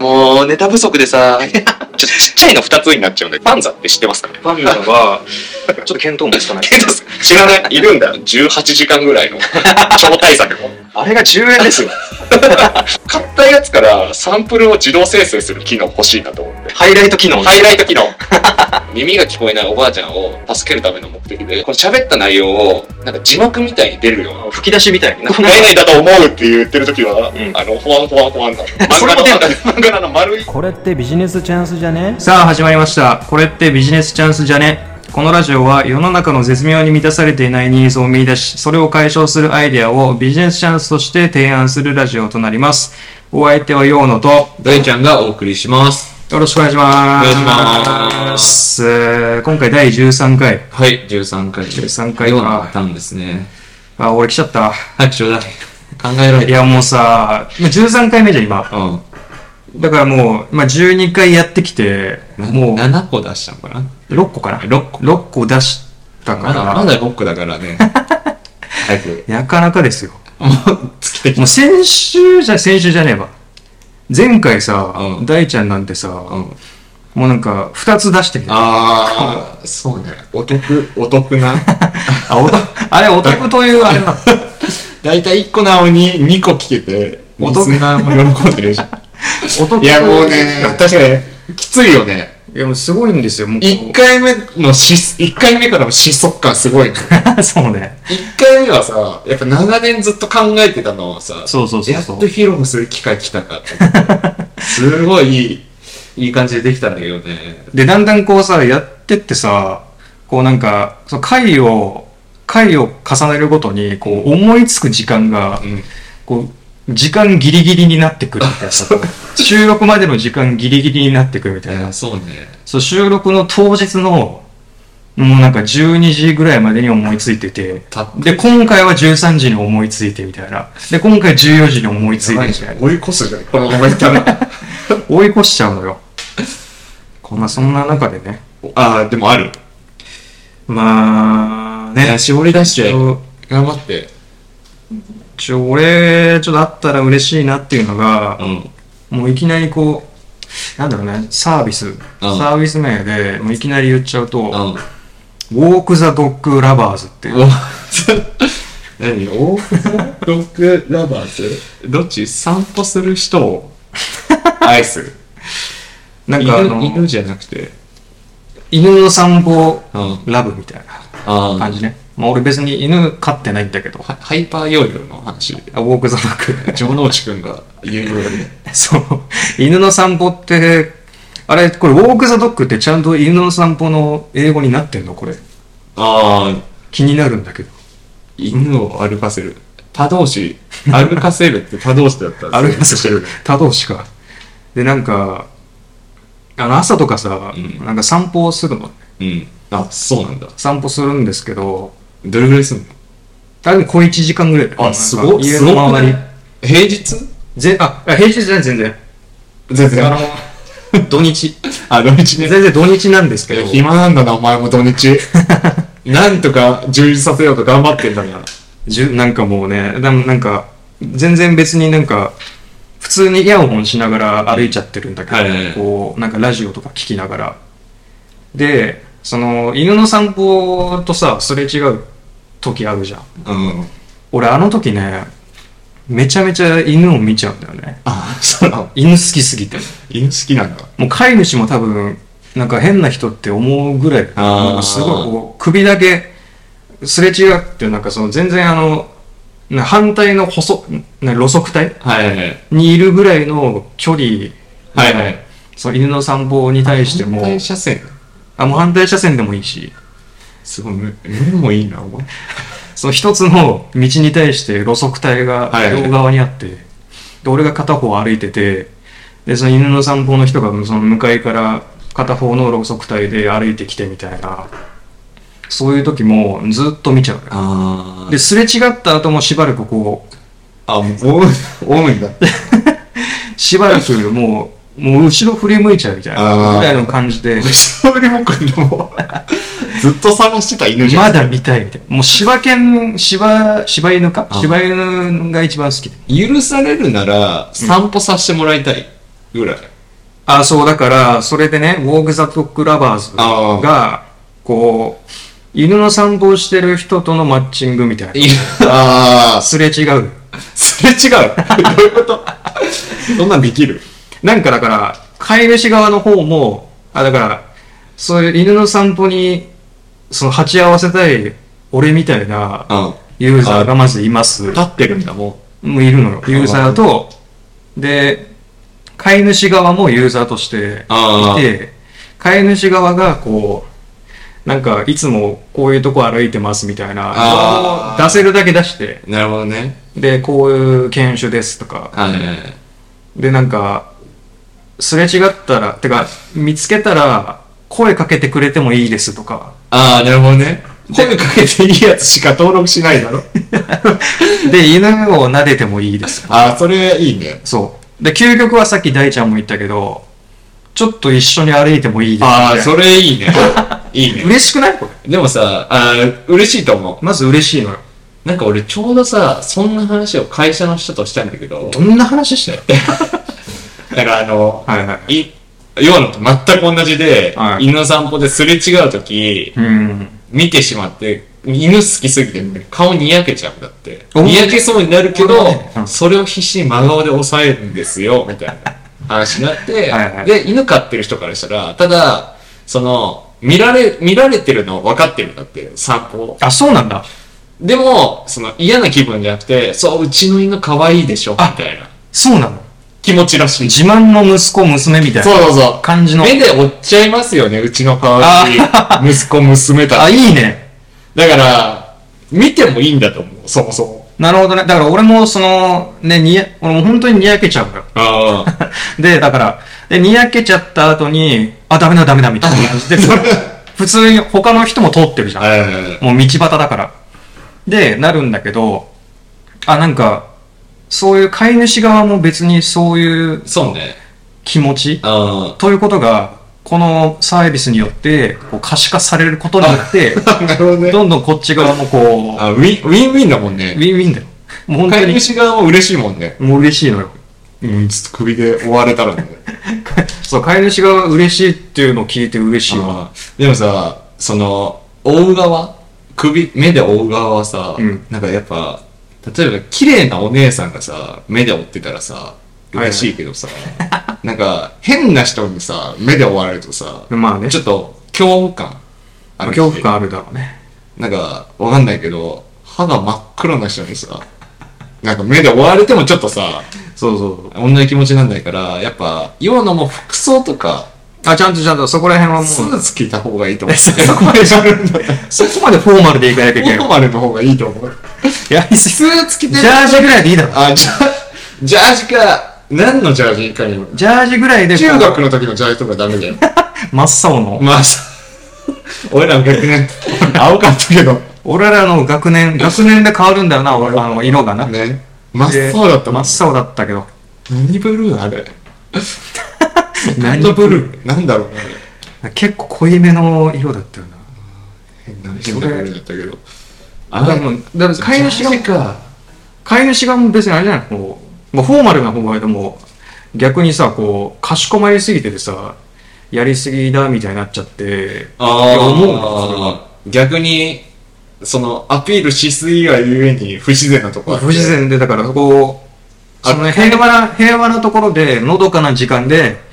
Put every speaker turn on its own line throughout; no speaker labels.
もうネタ不足で さ、
ちょっとちっちゃいの2つになっちゃうんで、パンザって知ってますかね
パンダは、ちょっと見当もつかない。
知らない、いるんだ。18時間ぐらいの超大作の。
あれが10円ですよ。
買ったやつからサンプルを自動生成する機能欲しいなと思って。
ハイライト機能
ハイライト機能。耳が聞こえないおばあちゃんを助けるための目的で、この喋った内容を、なんか字幕みたいに出るよう な。
吹き出しみたいな。
何々だと思うって言ってる時は、
ん
あの、ほわんほわんほわんなの。
それも出るんだ
漫画の丸い。
これってビジネスチャンスじゃね
さあ始まりました。これってビジネスチャンスじゃねこのラジオは世の中の絶妙に満たされていないニーズを見出し、それを解消するアイデアをビジネスチャンスとして提案するラジオとなります。お相手はヨーノと、
大ちゃんがお送りします。
よろしくお願いします。。
お願いします
今回第13回。
はい、13回。
13回か
ようなパターンですね。
あ、俺来ちゃった。
はい、ちょうだい。考えられ
い
て。
やもうさ、まあ13回目じゃん今。
うん。
だからもう、まあ、12回やってきて、も
も
う
う7個出したのかな
6個かな。
6個。
6個出したか
まだ、
ら、
まだ6個だから ね。早く。
なかなかですよ。
もう、つけてき
もう先週じゃ、先週じゃねえわ。前回さ、
うん
大ちゃんなんてさ、
た。うん。
もうなんか、二つ出してみた。あ
あー、そうね。お得、お得な。
おとあれ、オタクというあ れだ。
だいたい1個なのに2個聞けて、
お
リ
得
スナーも喜んでるじゃん。
オタ ク
いや、もうね、確かに、きついよね。
いや、もうすごいんですよ。もう
1回目のし、一回目からの失速感すごいね。
そうね。
一回目はさ、やっぱ長年ずっと考えてたのをさ、
そうそうそうそう
やっと披露する機会来たかと思 って。すごいいい、いい感じでできたんだけどね。
で、だんだんこうさ、やってってさ、こうなんか、その回を、回を重ねるごとに、こう、思いつく時間が、
うん。
こう、時間ギリギリになってくるみたいなさ。収録までの時間ギリギリになってくるみたい
い
な
や、。そうね。
そう、収録の当日の、もうなんか12時ぐらいまでに思いついてて
た、
で、今回は13時に思いついてみたいな。で、今回14時に思いついてみたいな。
追い越すじゃん、このままいった ら。
追い越しちゃうのよ。まあ、そんな中でね。
ああ、でもある。
まあ、
い
ね
や、。絞り出し
ち
て、
ょ、
頑張って。
ちょ、俺、ちょっとあったら嬉しいなっていうのが
う、ん。
もういきなりこう、なんだろうね、サービス。サービス名で、もういきなり言っちゃう
う
と、
ん。
ウォーク・ザ・ドッグ・ラバーズっていう。
お 何オーロックラバーズどっち散歩する人 を愛する。
なん
犬
かあの、
犬じゃなくて。
犬の散歩
うん。
ラブみたい
あ
な
あ
感。じね。まあ俺別に犬飼ってないんだけど。
はハイパーヨーヨーの話で。
あウォークザバッ
城之内くんが言うように。
ク。そう。犬の散歩って、あれ、これウォークザドッグってちゃんと犬の散歩の英語になってんのこれ。
ああ、
気になるんだけど。
犬を歩かせる。他動詞。歩かせるって他動詞だった
歩かせ
てる。
多動詞か。で、なんか、あの朝とかさ、
うん
なんか散歩をするの。
うん。あ、そうなんだ。
散歩するんですけど、
どれぐらいすん
あれでも小1時間ぐらいだよ
の
なん
あ、
か
すごい。
家
すご
の
い
周り。
平日
ぜあ、あ平日じゃない 全然。
全然。
あの、土日。
あ、土日ね。
全然土日なんですけ
いや
ど。
暇なんだな、お前も土 日。なんとか充実させようと頑張ってんだから。
じゅなんかもうねななんか全然別になんか普通にイヤホンしながら歩いちゃってるんだけど、
はいはいはい
こうなんかラジオとか聞きながらでその犬の散歩とさすれ違う時あるじゃん
うん。
俺あの時ねめちゃめちゃ犬を見ちゃうんだよね
あ、そうなの。
犬好きすぎて
犬好きなんだ。
もう飼い主も多分なんか変な人って思うぐらい
あー
なんかすごいこう首だけすれ違ってなんかその全然あのな反対の細な路側帯
はいはいはい。
にいるぐらいの距離
はいはい。
その犬の散歩に対しても
反対車線。
あもう反対車線でもいいし
すごい、目目もいいな、お前。
その一つの道に対して路側帯が
はいはい
両側にあって、で俺が片方歩いててでその犬の散歩の人がその向かいから片方の路側帯で歩いてきてみたいなそういう時もずっと見ちゃうよ
あー
で、すれ違った後もしばらくこう
あ、もう、おう、おうん だ。
しばらくもうもう後ろ振り向いちゃうみたいな
あー
ぐらいの感じで
久しぶりも来んのも。ずっと探してた犬じゃん。
まだ見たいみたいな。もう柴犬、柴、柴犬か
あ
柴犬が一番好きで。
許されるなら、散歩させてもらいたいぐらい。
あ、そう、だから、それでね、ウォーク・ザ・トック・ラバーズ
あー
が、こう、犬の散歩をしてる人とのマッチングみたいな。
あ
すれ違う。
あ、すれ違う。どういうことそんなんできる
なんかだから、飼い主側の方も、あ、だから、そういう犬の散歩に、その鉢合わせたい俺みたいな
うん。
ユーザーがまずいます。
立ってるんだも
もういるのよ。ユーザーと、で、飼い主側もユーザーとして
ああ
いて、飼い主側がこう、なんかいつもこういうとこ歩いてますみたいな
あ、ー
出せるだけ出して、
ん。なるほどね。
で、こういう犬種ですとか、
はいはいはい。
で、なんか、すれ違ったら、てか、見つけたら、声かけてくれてもいいですとか、
ああ、なるほどね。声かけていいやつしか登録しないだろ。
で、犬を撫でてもいいです。
ああ、それいいね。
そう。で、究極はさっき大ちゃんも言ったけど、ちょっと一緒に歩いてもいいですみたいな
ああ、それいいね。いい ね。
嬉しくないこれ。
でもさ、あー嬉しいと思
まず嬉しいのよ。
う。なんか俺ちょうどさ、そんな話を会社の人としたんだけど、
んな話したよ。
だからあの、
はいはい。
い、ヨのと全く同じで、
はい
犬の散歩ですれ違うとき、
うん。
見てしまって、犬好きすぎて顔にやけちゃうんだって。
お
にやけそうになるけど
う、ん
それを必死に真顔で抑えるんですよ、みたいな話になって
はいはい、
で、犬飼ってる人からしたら、ただ、その、見られ、見られてるの分かってるんだって、散歩を。
あ、そうなんだ。
でも、その嫌な気分じゃなくて、そう、うちの犬可愛いでしょ、み
あ
たいな
そうなの。
気持ちらしい。
自慢の息子、娘みたい
そう
な
そうそう。
感じの。
目で追っちゃいますよね、うちの可愛い息子、娘た
あ、
ち。
いいね。
だから、見てもいいんだと思う、そもそも。
なるほどね。だから俺もその、ね、にや、俺も本当ににやけちゃうから。
ああ。
で、だから、で、にやけちゃった後に、あ、ダメだダメだみたい な感じで、普通に他の人も通ってるじゃ ん。
はいはいはい。
もう道端だから。で、なるんだけど、あ、なんか、そういう飼い主側も別にそういう
そうね。
気持ち
あ
ということが、このサービスによって、こう可視化されることによ って、
あ。なるほどね。
どんどんこっち側もこう、
あウィン、ウィンウィンだもん
ウ
ね。
ィンウィンだよ。もう本
飼
当に
い、主側も嬉しいもんね。
もう嬉しいのよ。
うん、ちょっと首で追われたらね。
そう、飼い主が嬉しいっていうのを聞いて嬉しいわ。
あーでもさ、その、追う側首、目で追う側はさ、
うん
なんかやっぱ、例えば綺麗なお姉さんがさ、目で追ってたらさ、
いはい
嬉しいけどさ、なんか変な人にさ、目で追われるとさ、
まあね、
ち
ちょ
ょっと恐怖感あるし
恐怖感あるだろうね。
なんか、わかんないけど、歯が真っ黒な人にさ、なんか目で追われてもちょっとさ、
そうそう。
同じ気持ちになんないから、やっぱ、用のも服装とか、
あ、ちゃんとちゃんと、そこら辺はもう、
ス
そ
ーツ着た方がいいと思う。
こまで、そこまでフォーマルでいかなきゃいけ
フォ
な
ー
い。
マルの方がいいと思う。
やりす
スーツ着
ぎ。
て
ジャージぐらいでいいだろ。
あ、ジャジャージか。何のジャージかにも。
ジャージぐらいでこう、
中学の時のジャージとかダメだよ。
真っ青の、
まあ、さ俺らの学年、青かったけど。
俺らの学年、学年で変わるんだよな、俺らの色がな。
ね。真っ青だったもん。
真っ青だったけど。
何ブルーあれ。何のブルーなんだろうね。
結構濃いめの色だったよな。
変な変なブルーだったけど。
だからもうだから飼い主が、飼い主がもう別にあれじゃないこう、まあ、フォーマルな方がでも、逆にさ、こう、かしこまりすぎててさ、やりすぎだみたいになっちゃって、いや
あ
思うのそれ
あ、
は
逆に、その、アピールしすぎがゆえに不自然なとこあって
不自。然で、だからそこ、
あ
その平和な、平和なところで、のどかな時間で、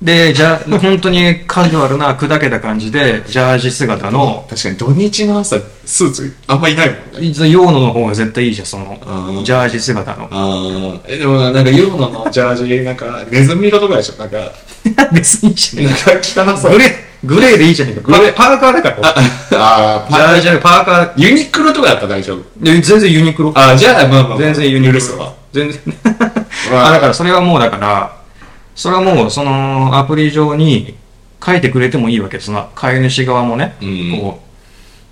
で、じゃ、本当にカジュアルな砕けた感じで、ジャージ姿の、
確かに土日の朝、スーツあんまいないもんね。
用のの方が絶対いいじゃん、そ
うん
の、ジャージ姿の。
ああ、え、でもなんか、ユーノのジャージ、なんか、ネズミ色とかでしょなんか、なんか
別にいいじゃん
汚さ。
グレー、グレーでいいじゃねえか。
グレー
パーカーだから。
ああ、
ジャージャーパーカー
ユニクロとかだったら大丈夫。
いや、全然ユニクロ。
ああ、じゃあ、まあまあ、
全然ユニクロ
許すわ。
全 然。
わ
あ、だからそれはもうだから、それはもうそのアプリ上に書いてくれてもいいわけですな。飼い主側もね。
うん
こう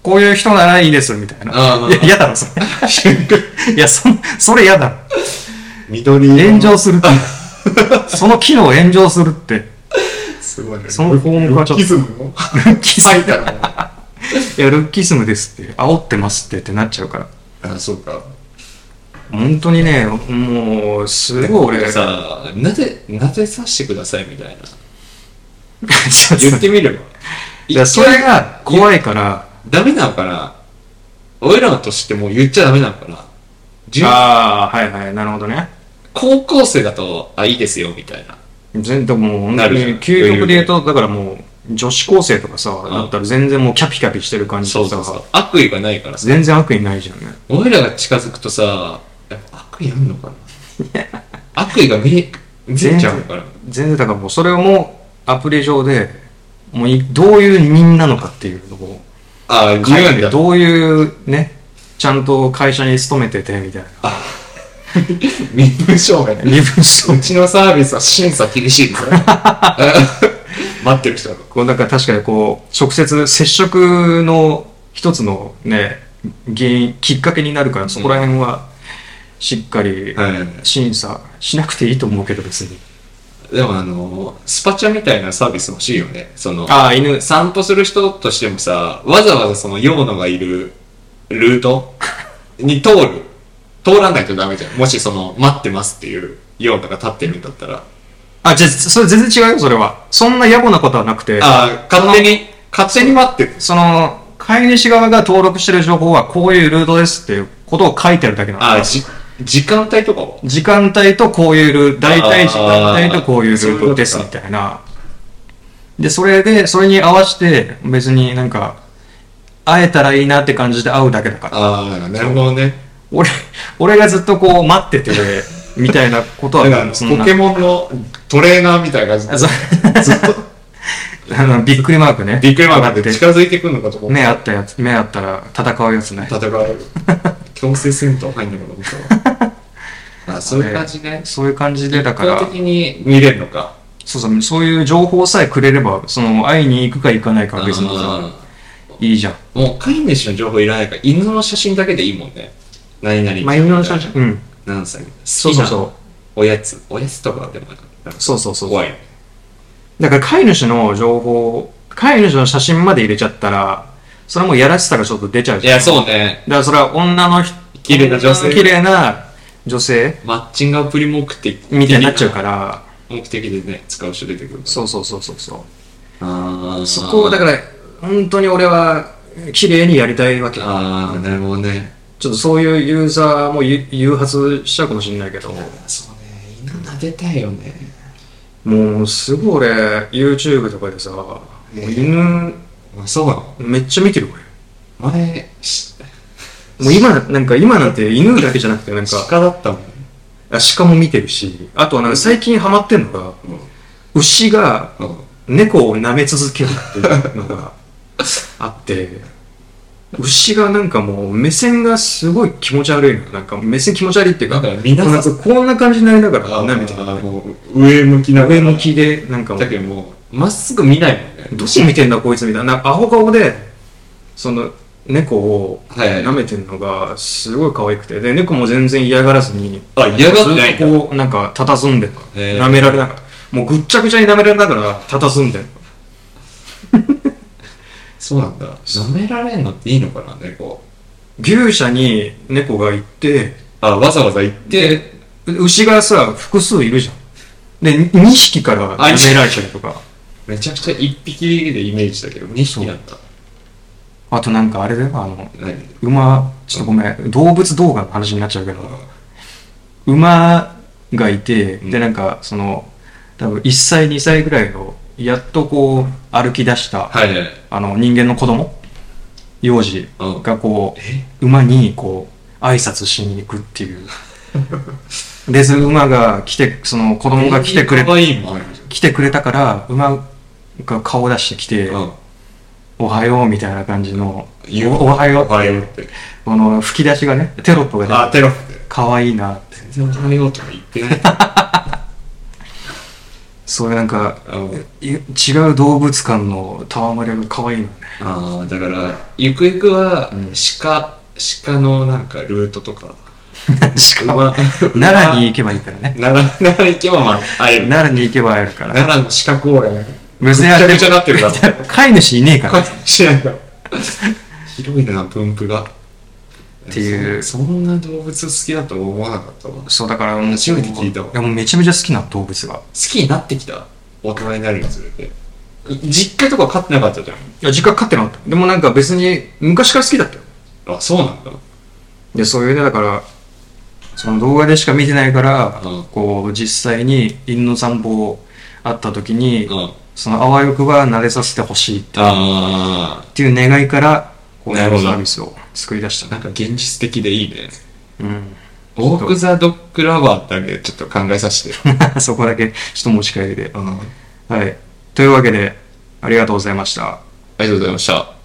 こういう人ならいいです、みたいな。
ああ
いや、嫌だろ、それ。 いや、そん、それ嫌だろ。
緑色。
炎上する って。その機能炎上するって。
すごいね。
そのフォームがちょっ
ルッ
と
キズムを
ルッキズム
書いたら、
いや、ルッキズムですって、煽ってますってってなっちゃうから。
あ、そうか。
本当にね、もう、す ごい俺
俺、さ、なぜ、なぜさしてくださいみたいな。
そうそう
言ってみ れば。
いや、それが怖いから、
ダメなのかな俺らの年ってもう言っちゃダメなのかなじゅう
ああ、はいはい、なるほどね。
高校生だと、あ、いいですよ、みたいな。
全然もう本
な
当
るじゃん
に究極で言うとだからもう女子高生とかさだったら全然もうキャピキャピしてる感じ
そ
で
う
さ
そうそう。悪意がないからさ。
全然悪意ないじゃんね
俺らが近づくとさ、やっぱ悪意あるのかな悪意が見え、見えちゃうのかな
全然だからもうそれをもうアプリ上でもういどういう人なのかっていうのを
あ、自
書い
由
て
だ。
どういうねちゃんと会社に勤めてて みたいな
身分証明ね。
身分証
うちのサービスは審査厳しいから 待ってる人だろ。
こうなんか確かにこう直接接触の一つのね原因きっかけになるからそこら辺はしっかり、
はい
審査しなくていいと思うけど別に
でもあの、スパチャみたいなサービス欲しいよね。その、
ああ犬
散歩する人としてもさ、わざわざその用野がいるルートに通る。通らないとダメじゃん。もしその、待ってますっていう用野が立ってるんだったら。
あじゃあそれ全然違うよそれはそんな野暮なことはなくて
ああ、勝手に、勝手に待ってる。
その飼い主側が登録してる情報はこういうルートですっていうことを書いてあるだけなの
ああ、じ、時間帯とかを。
時間帯とこういうルート、大体時間帯とこういうル
そういうこ
ー
と
ト
か
ですみたいな。で、それで、それに合わせて、別になんか、会えたらいいなって感じで会うだけだから。
ああ、なるほどね。
俺、俺がずっとこう待ってて、みたいなこと
だ
は
からあの
そんな
ポケモンのトレーナーみたいな感じで
あ、そう
ずっと、
あの、びっくりマークね。
ビックリマーク
こう
で
やって
近づいてくるのかと思って
目あったやつ、目あったら戦うやつね。
戦う。強制戦闘入んのかと思 ったわあ、そういう感じね。
そういう感じで、だか
一
ら
方、的に見れるのか。
そうそう、そういう情報さえくれれば、その、会いに行くか行かないかは別にさ、いいじゃん。
もう飼い主の情報いらないから、犬の写真だけでいいもんね。何々。
まあ、犬の写真。。うん。
何歳好きな
そうそうそう。
おやつ。おやつとかでもなんか
そうそうそう
怖い。
だから飼い主の情報、飼い主の写真まで入れちゃったら、それはもうやらしさがちょっと出ちゃう
い
じゃん。
や、そうね。
だからそれは女の人、
綺麗な女性
綺麗な女性
マッチングアプリ目的。
みたいになっちゃうから、
目的でね、使う人出てくるから。
そうそうそうそうそう。
ああ。
そこをだから、本当に俺は綺麗にやりたいわけ。ちょ
ああ、なるほどね。
っとそういうユーザーもゆ誘発しちゃうかもしれないけど、
そうね。犬撫でたいよね。
もうすごい俺、YouTube とかでさ、もう犬
あそうなの
めっちゃ見てる俺。
前、し
もう今、なんか今なんて犬だけじゃなくて、なんか、
鹿だったもん。
あ鹿も見てるし、あとはなんか最近ハマってんのが、牛が
うん。
猫を舐め続けるっていう のがあって、牛がなんかもう目線がすごい気持ち悪いの。なんか目線気持ち悪いっていうか、
なんか皆さん
なんかこんな感じになりなが
あ
ら
あ、
舐めてる。
もう上向きな
上向きで、なんかも
だ
う、
けどもう、まっすぐ見ないもんね。
どこ見てんだこいつみたいな、なんかアホ顔で、その猫を
はいはい
舐めてるのがすごい可愛くて、で、猫も全然嫌がらずに、
あ嫌がってないんだ
ずっとこう、なんか、佇んでる
へえ
舐められながら。もうぐっちゃぐちゃに舐められながら、佇んでる
そうなんだ。舐められんのっていいのかな、猫。
牛舎に猫が行って、
あ、わざわざ行って、
で、牛がさ、複数いるじゃん。で、2匹から
あ
舐められたりとか。
めちゃくちゃ一匹でイメージだけど、二匹だった。
あとなんかあれだよ、あの、
何
馬、ちょっとごめん、動物動画の話になっちゃうけど、馬がいて、で、なんか、その、多分1歳、2歳ぐらいの、やっとこう、歩き出した、
はいはい。
あの、人間の子供、幼児
うん
がこう、馬にこう、挨拶しに行くって いう。で、その馬が来て、その子供が来てくれ、
可愛いもんあるじ
来てくれたから、馬が顔出してきて、
ゃん。うん。
おはようみたいな感じの、
言う
おおはよう
おはようって。
この吹き出しがね、テロップが
あ、
ね、
テロップで。
可愛いなって。
全然おはようとか言ってない。
そういうなんか、
うん
い違う動物館の戯れが可愛いのね。
ああ、だから、ゆくゆくは
うん、
鹿、鹿のなんかルートとか、
しかも、
馬、
奈良に行けばいいからね。
奈良、奈良行けばまあ、会える。
奈良に行けば会えるから。
奈良の鹿公園。
む
ぐちゃぐちゃなってるから
飼い主いねえから。
しないから。広いな、分布が。って
いう
そそんな動物好きだと思わなかったわ。好
そう、だから、もう
初めて聞いたわ
や、もうめちゃめちゃ好きな動物が。
きになってきた大人になるにつれて。い実家とか飼ってなかったじゃ
いや、実家飼ってなかった。でもなんか別に、昔から好きだったよ。
ん。あ、そうなんだ。
で、そういうね、だから、その動画でしか見てないから、
うん
こう、実際に犬の散歩あった時に、
うん。
そのあわよくば慣れさせてほしいって
あ
っていう願いから、こう
な
サ
るほど
ービスを作り出し
あ、
た
なん
ね。
か現実的でいいね。
うん。
ウォークザドッグラバーだけちょっと考えさせて。
そこだけ、ちょっと持ち帰りで。
うん。あ
はい。というわけで、ありがとうございました。
りがとうございました。